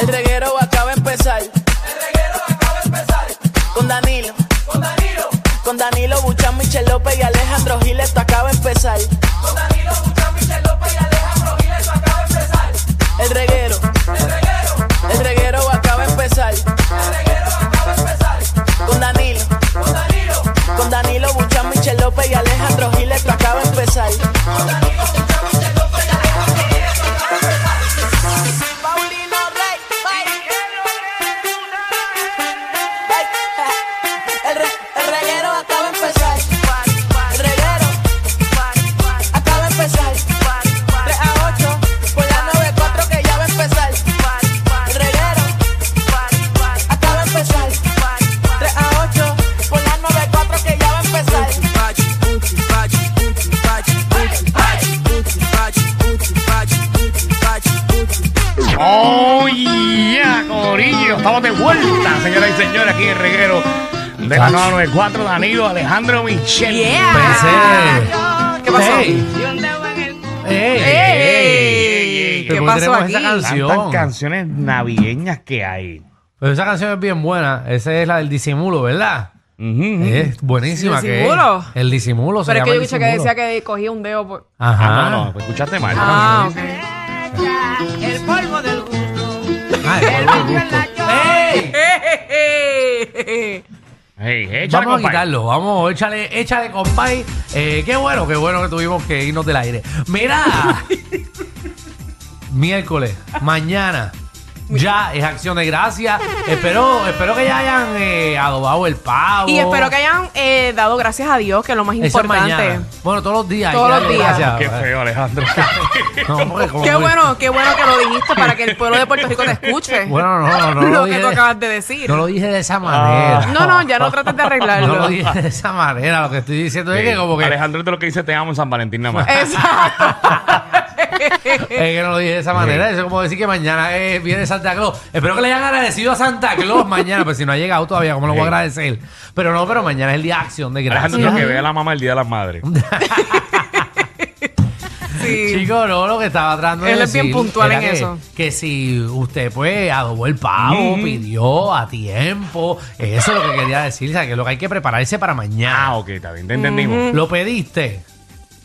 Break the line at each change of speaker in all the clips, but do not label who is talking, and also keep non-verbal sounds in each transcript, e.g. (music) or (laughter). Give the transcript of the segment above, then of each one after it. El reguero acaba de empezar. El reguero acaba de empezar. Con Danilo. Con Danilo. Con Danilo Buchan, Michel López y Alejandro Giles, esto acaba de empezar. Con Danilo Buchan, Michel López y Alejandro Giles, esto acaba de empezar. El reguero. El reguero. El reguero acaba de empezar. El reguero acaba de empezar. Con Danilo. Con Danilo. Con Danilo Buchan, Michel López y Alejandro Giles, esto acaba de empezar. Paulino Rey, El, re- el reguero acaba de empezar. El reguero acaba de empezar. 3 a 8 por la 94 que ya va a empezar. El reguero acaba de empezar. 3 a 8 por la 94 que ya va a empezar.
¡Oh, yeah, Corillo! Estamos de vuelta, señoras y señores, aquí en el reguero de la 994, Danilo Alejandro Michel.
¿Qué pasó?
¿Qué
¿Qué pasó aquí?
esa
Tantas
canción?
canciones navideñas que hay.
Pero esa canción es bien buena. Esa es la del disimulo, ¿verdad? Es buenísima. que
¿Disimulo?
es. El disimulo se
Pero es que yo
llama
escuché
el
que
disimulo.
decía que cogía un dedo por...
Ajá.
Ah, no, no, pues escuchaste mal.
Ah, ok.
Ay, por gusto. ¡Ey!
Hey, hey, échale,
Vamos a
compadre.
quitarlo, vamos, échale, échale, compay. Eh, qué bueno, qué bueno que tuvimos que irnos del aire.
(laughs)
Mira, miércoles, mañana, ya es acción de gracias. Espero, espero que ya hayan eh, adobado el pavo.
Y espero que hayan eh, dado gracias a Dios, que es lo más
Eso es
importante.
mañana. Bueno, todos los días.
Todos
hay que
los
darle
días.
Qué
Gracias.
feo, Alejandro.
(laughs) No, porque como
Qué
tú-
bueno, qué bueno que lo dijiste para que el pueblo de Puerto Rico te escuche.
Bueno, no, no, no
(laughs) lo
lo
que
dije
tú
de-
acabas de decir. Ah.
No lo dije de esa manera.
No, no, ya no trates de arreglarlo.
No lo dije de esa manera. Lo que estoy diciendo es que como que Eh,
Alejandro es de lo que dice te amo en San Valentín nada más.
Exacto.
Es que no lo dije de esa manera. Eso es como decir que mañana eh, viene Santa Claus. Espero que le hayan agradecido a Santa Claus mañana, pero si no ha llegado todavía, ¿cómo lo voy a
Sí.
agradecer? Pero no, pero mañana es el día de acción de
Alejandro es lo que
gracias.
ve a la mamá el día de las
(laughs)
madres.
sí.
Chico, no, lo que estaba tratando de
Él es bien
decir
puntual
era
en
que-
eso.
Que si usted, pues, adobó el pavo,
Mm.
pidió a tiempo, eso es lo que quería decir, o sea, que lo que hay que prepararse para mañana.
Ah, ok, está bien, te entendimos.
Lo pediste,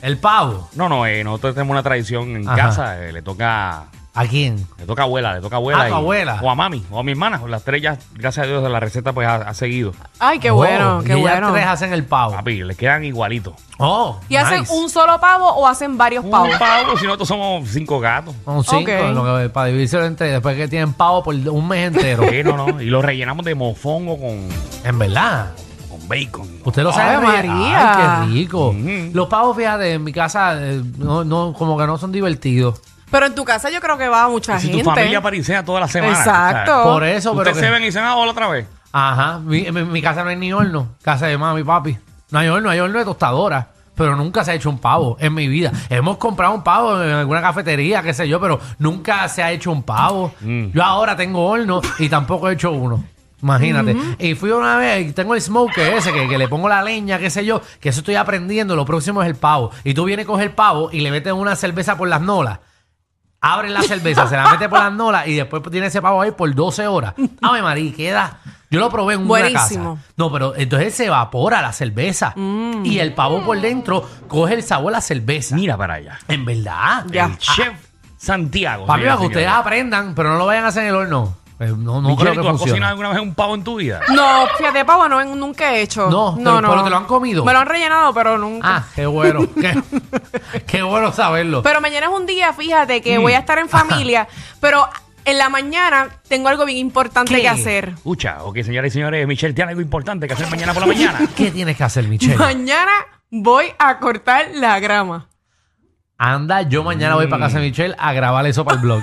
el pavo,
No, no, eh, nosotros tenemos una tradición en
Ajá.
casa, eh, le toca
¿a quién?
Le toca a abuela, le toca a abuela.
Ah, tu abuela.
O a mami, o a mi hermana. Las tres ya, gracias a Dios, la receta pues ha, ha seguido.
Ay, qué
Oh,
bueno, qué
y ellas
bueno.
tres hacen el pavo.
Papi, le quedan igualitos.
Oh,
¿Y hacen
nice.
un solo pavo o hacen varios pavos?
Un pavo, si nosotros somos cinco gatos.
Son cinco,
Ok.
lo que- para dividirse entre después que tienen pavo por un mes entero.
Sí, no, no. Y lo rellenamos de mofongo con,
en verdad.
con bacon.
Usted lo
Ay,
sabe. re-
María.
Ay, qué rico.
Mm.
Los pavos, fíjate, en mi casa eh, no, no, como que no son divertidos.
Pero en tu casa yo creo que va mucha
Y si
gente.
tu familia parisea toda la semana.
Exacto.
Por eso, pero.
Ustedes
que-
se ven y dicen, ah, hola otra vez.
Ajá. Mi, mi- mi casa no hay ni horno. Casa de mami, papi. No hay horno, hay horno de tostadora. Pero nunca se ha hecho un pavo en mi vida. Hemos comprado un pavo en alguna cafetería, qué sé yo, pero nunca se ha hecho un pavo.
Mm.
Yo ahora tengo horno y tampoco he hecho uno. Imagínate. Y fui una vez y tengo el smoker ese, que, que le pongo la leña, qué sé yo, que eso estoy aprendiendo. Lo próximo es el pavo. Y tú vienes, coges el pavo y le metes una cerveza por las nolas. Abre la cerveza, se la mete por las nolas y después tiene ese pavo ahí por 12 horas. Ave María, queda. Yo lo probé en una
Buenísimo. Mm.
casa. No, pero entonces se evapora la cerveza y el pavo por dentro coge el sabor a la cerveza.
Mira para allá.
En verdad.
Ya.
El chef Santiago.
Papi,
señoras
para
y
que ustedes
señores.
aprendan, pero no lo vayan a hacer en el horno. Eh, no no
Michelle,
creo
¿tú
que
has cocinado
funcione.
alguna vez un pavo en tu vida?
No, fíjate, pavo no, en- nunca he hecho.
No, pero- pero te lo han comido.
Me lo han rellenado, pero nunca.
Ah, qué bueno. qué, (laughs) qué bueno saberlo.
Pero mañana es un día, fíjate, que
Mm.
voy a estar en familia, pero en la mañana tengo algo bien importante
¿Qué?
que hacer.
Escucha, ok, señoras y señores, Michelle tiene algo importante que hacer mañana por la mañana.
(laughs) ¿Qué tienes que hacer, Michelle?
Mañana voy a cortar la grama.
Anda, yo mañana voy para casa
Mm.
de Michelle a grabar eso para el blog.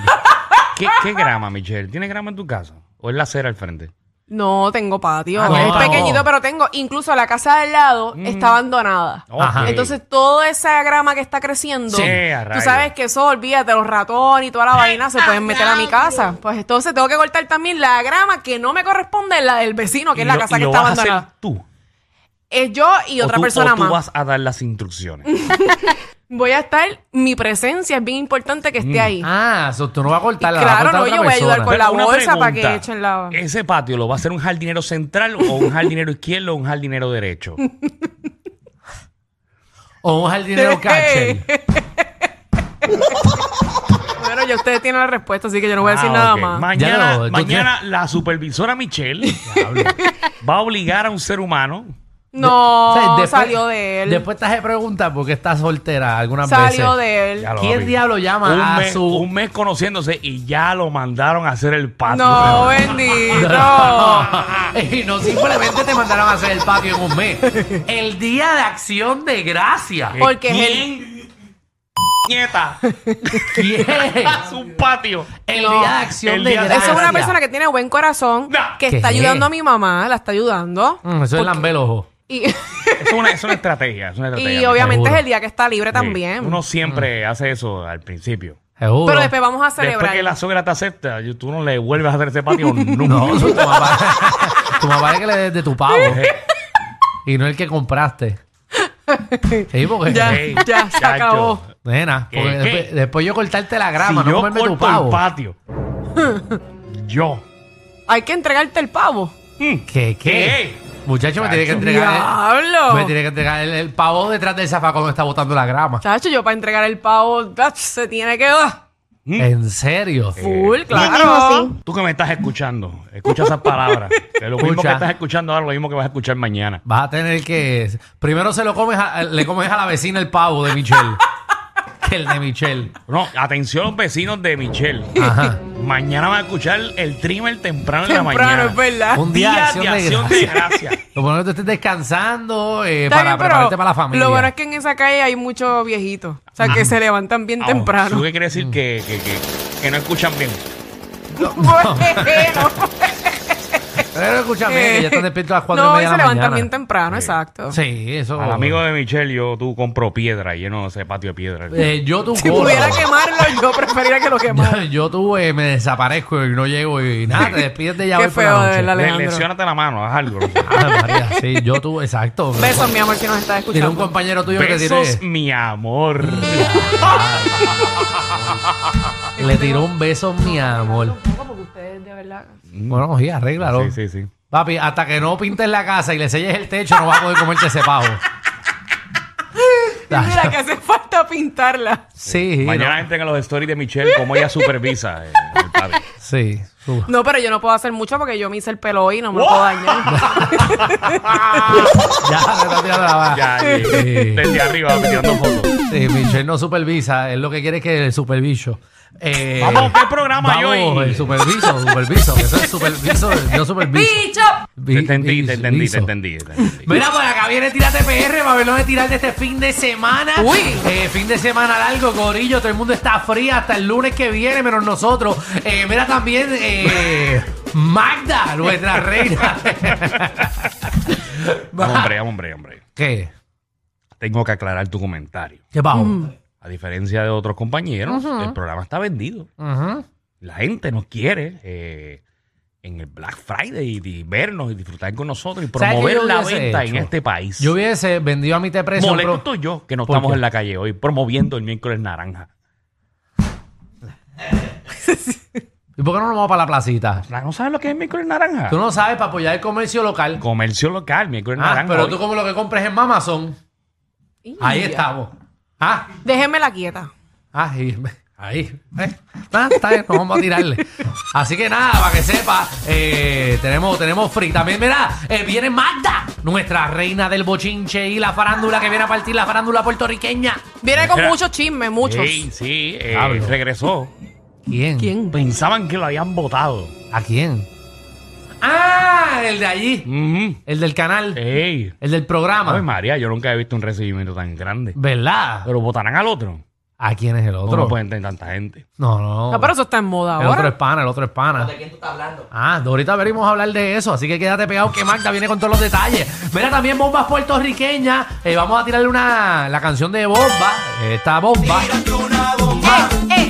¿Qué, qué grama, Michelle? ¿Tiene grama en tu casa? ¿O es la acera al frente?
No, tengo patio.
Ah,
es
no.
pequeñito, pero tengo. Incluso la casa de al lado está abandonada.
Ajá.
Mm. Ok.
Entonces, toda esa grama que está creciendo,
Sí, a
tú
rayos.
sabes que eso, olvídate, los ratones y toda la vaina se pueden meter a mi casa. Pues entonces tengo que cortar también la grama que no me corresponde, la del vecino, que es
¿Y
la
lo-
casa
y
que
lo
está
vas a hacer
abandonada.
tú?
Es yo y
¿O
otra
tú-
persona
o tú
más.
vas a dar las instrucciones.
Voy a estar, mi presencia es bien importante que esté ahí.
Ah, so tú no vas a cortarla. vas
Y
a
claro,
cortar
no,
otra
yo voy a ayudar
persona.
con (laughs) la
una
bolsa para que
pregunta.
echen la-
¿Ese patio lo va a hacer un jardinero central o un jardinero izquierdo o un jardinero
(laughs)
derecho?
O un jardinero catcher.
(laughs) Bueno, ya ustedes tienen la respuesta, así que yo no voy a decir
Ah,
nada
ok.
más.
Mañana,
Ya lo- tú
mañana la supervisora Michelle (laughs) va a obligar a un ser humano.
No,
O sea, después-
Oh, salió de él.
Después te hace preguntar porque está soltera algunas
salió
veces.
de él.
Ya lo
¿Quién
vi.
diablo llama
un
a
mes,
su-
un mes conociéndose y ya lo mandaron a hacer el patio.
No, eh,
(laughs)
bendito.
y no simplemente te mandaron a hacer el patio en un mes. El día de acción de gracia.
Porque es el.
¿Quién? Nieta, (laughs)
¿Quién?
hace un patio.
El
No.
día de acción
El
de
día de-
gracia.
Eso es una persona que tiene buen corazón,
Nah.
que
¿Qué
está
es?
ayudando a mi mamá, la está ayudando.
Mm, eso es lambe el ojo.
Y, (laughs)
Es una, es una estrategia. es una
y
estrategia,
obviamente
seguro.
es el día que está libre
Michelle.
también.
Sí, Uno
Mm.
siempre hace eso al principio.
Seguro.
Pero después vamos a
Después
celebrar.
que la suegra te acepta, yo- tú no le vuelves a hacer ese (laughs) patio nunca.
(laughs)
No, eso es tu mamá. (laughs) tu mamá es que le des de tu pavo.
(laughs)
y no el que
(laughs)
compraste. Sí, porque.
Ya,
(laughs) Ey,
ya se
chacho.
acabó.
Nena,
¿Qué?
porque
¿Qué?
después, después yo cortarte la grama,
si
no
yo
comerme tu
corto
pavo.
el (laughs) patio, yo.
Hay que entregarte el pavo.
¿Qué, qué?
¿Qué?
Muchacho, me tiene que
Chacho.
entregar. El, me
Diablo.
tiene que entregar el, el pavo detrás del zafacón donde está botando la grama.
Chacho, yo para entregar el pavo ach, se tiene que dar
En serio.
full, claro.
Tú que me estás escuchando, escucha (laughs) esas palabras. Que lo mismo
Escucha.
que estás escuchando ahora, lo mismo que vas a escuchar mañana.
Vas a tener que. Primero se lo comes a- le comes a la vecina el pavo de Michelle. (laughs) que el de Michelle.
No, atención los vecinos de Michelle.
Ajá.
Mañana van a escuchar el trimmer temprano, en la
Temprano,
mañana.
es verdad.
Un
Día de acción de
gracia.
gracia.
Lo bueno es que tú estés descansando eh,
Está
para
bien, pero
prepararte para la familia.
Lo bueno es que en esa calle hay muchos viejitos. O sea, que se levantan bien
Ah,
temprano. (laughs)
¿Eso qué quiere
Mm.
decir? Que, que, que, que no escuchan bien.
(laughs)
Bueno.
Pero escúchame, que ya están despiertos a las 4
eh, no,
y media de
y se
la
levantan
mañana.
bien temprano, exacto.
Sí, eso.
Al amigo de Michelle, yo tú compro piedra, lleno ese patio de piedra.
Eh, yo tu
(laughs) Si pudiera quemarlo, yo preferiría que lo
(laughs)
quemara.
yo, yo tú eh, me desaparezco y no llego y nada, te despides de ya
Qué
hoy por la
feo, de
noche.
verdad.
Le,
Alejandro.
lesionate la mano, haz algo. no
(laughs)
sé.
Ah, María, sí, yo tú, exacto.
Besos, mi amor, si nos estás
Tiene un
escuchando.
compañero tuyo que te
Besos,
tiré-
mi amor.
le tiró un beso, mi amor. Mm.
Como que ustedes, de verdad.
Bueno, sí, arréglalo.
Sí, sí, sí.
Papi, hasta que no pintes la casa y le selles el techo, no vas a poder comerte ese pavo. Ah,
Mira que hace falta pintarla.
Sí,
Mañana entren a los stories de Michelle como ella supervisa eh, el patio.
no, sí. su-
No, pero yo no puedo hacer mucho porque yo me hice el pelo hoy y no me lo
(laughs)
puedo dañar.
Ya, le está tirando la baja.
Ya, eh,
Ah, Sí.
desde arriba, tirando fotos.
Sí, Michelle no supervisa, él lo que quiere es que el superviso. Eh,
Vamos, ¿qué programa hay
vamos,
hoy?
El superviso, superviso, que eso es superviso, yo superviso.
¡Bicho!
Vi-
Te entendí, te entendí, te
viso.
entendí. te entendí.
Mira, por acá viene Tírate PR, para verlo de tirar de este fin de semana.
Uy.
Eh, fin de semana largo, gorillo, todo el mundo está fría hasta el lunes que viene, menos nosotros. Eh, mira también eh, Magda,
(laughs)
nuestra reina.
Hombre, hombre, hombre.
¿Qué?
Tengo que aclarar tu comentario.
¿Qué bajo?
Mm.
A diferencia de otros compañeros, el programa está vendido.
Ujú.
La gente nos quiere eh, en el Black Friday y, y vernos y disfrutar con nosotros y
¿Sabes qué
promover
yo
la
hubiese
venta
hecho?
en este país.
Yo hubiese vendido a mi te precio.
Molesto
pero-
estoy yo, que no
¿Por
estamos
qué?
en la calle hoy promoviendo el miércoles naranja.
¿Y por qué no nos vamos para la placita?
¿No sabes lo que es el miércoles naranja?
Tú no sabes para apoyar el comercio local.
Comercio local, miércoles
Ah,
naranja.
pero
hoy.
tú como lo que compres en Amazon. Ahí
Ya.
estamos. Ah,
Déjenmela quieta.
ah, y- Ahí. ¿eh? Nada, está bien, pues vamos a tirarle. Así que nada, para que sepa, eh, tenemos, tenemos free. También, mira, eh, viene Magda, nuestra reina del bochinche y la farándula que viene a partir la farándula puertorriqueña.
Viene con
Mira.
muchos chismes, muchos.
Sí, sí, eh,
Diablo. (laughs)
regresó.
¿Quién?
¿Quién?
Pensaban que lo habían votado.
¿A quién? Ah, el de allí. El del canal.
Ey.
El del
Eh. Ay,
programa.
María, yo nunca he visto un recibimiento tan grande.
¿Verdad?
Pero votarán al otro.
¿A quién es el
Otro.
otro?
No pueden tener tanta gente.
No, no.
No, Ah, pero eso está en moda
El otro es
ahora.
pana, el otro es pana. ¿De quién tú estás hablando? Ah, de ahorita venimos a hablar de eso, así que quédate pegado que Magda viene con todos los detalles. Mira, también bombas puertorriqueñas. eh, vamos a tirarle una la canción de bomba. Esta bomba.
Tírate una bomba,
Ay,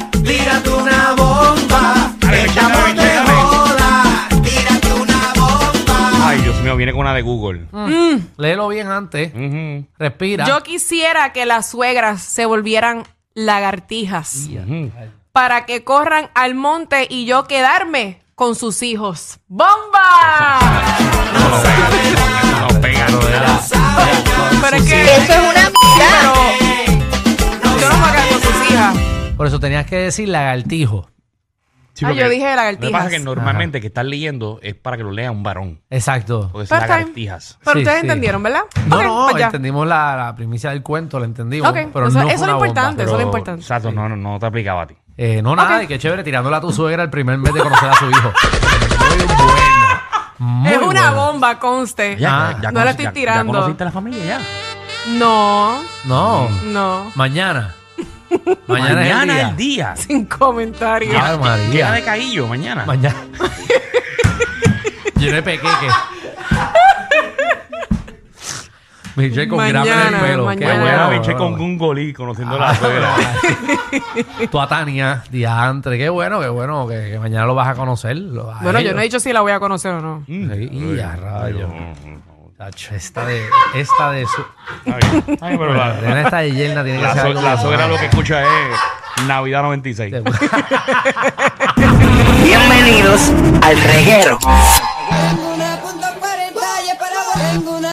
estamos de
échame.
moda. Tírate una bomba.
Ay, Dios mío, viene con una de Google.
Ah.
Léelo bien antes.
Ujú,
Respira.
Yo quisiera que las suegras se volvieran lagartijas
ujú.
para que corran al monte y yo quedarme con sus hijos. ¡Bomba!
Eso no pega. Eso no pega, no era.
Pero es que. Eso es una Pero yo no me voy a quedar con sus hijas.
Por eso tenías que decir lagartijo.
Sí,
Ah,
porque
yo dije
Lo que pasa
lagartijas.
es que normalmente que estás leyendo es para que lo lea un varón.
Exacto.
Porque es
Pero está bien.
lagartijas.
Pero
Sí,
ustedes
sí.
entendieron, ¿verdad?
No,
Ok,
no,
pues ya.
entendimos la, la primicia del cuento, la entendimos.
Ok,
pero
eso-
no fue
eso es lo
una bomba.
importante, eso es lo
Pero-
importante.
Exacto, no, no, no te aplicaba a ti.
Eh, no, nada,
Ok.
y qué chévere, tirándole a tu suegra el primer mes de conocer a su hijo.
(laughs)
Muy bueno. Muy
es una
bueno.
bomba, conste.
Ya,
no la estoy tirando.
Ya conociste a la familia ya.
No,
No,
no. (laughs)
mañana. Mañana, es el día.
Sin comentarios.
Ave María.
Llega de caillo mañana.
Mañana. Lleno de pequeque. Michelle con grama en el
Mañana,
pelo. Qué
mañana.
Mañana
bueno,
me eché
bueno,
con
bueno.
un golí conociendo a
Ah.
la
(laughs)
suegra.
Tú a Tania, diantre. Qué bueno, qué bueno que, que mañana lo vas a conocer. lo- a
Bueno, yo
ellos.
no he dicho si la voy a conocer o no.
Sí,
Mm.
y a rayo.
No, no, no.
Tacho, Esta de. Esta de su.
Está bien. Ay, pero la,
Elena está de yerna, tiene que
la
ser
so-
algo
la
como-
suegra lo que escucha es Navidad 96.
Te-
Bienvenidos al reguero.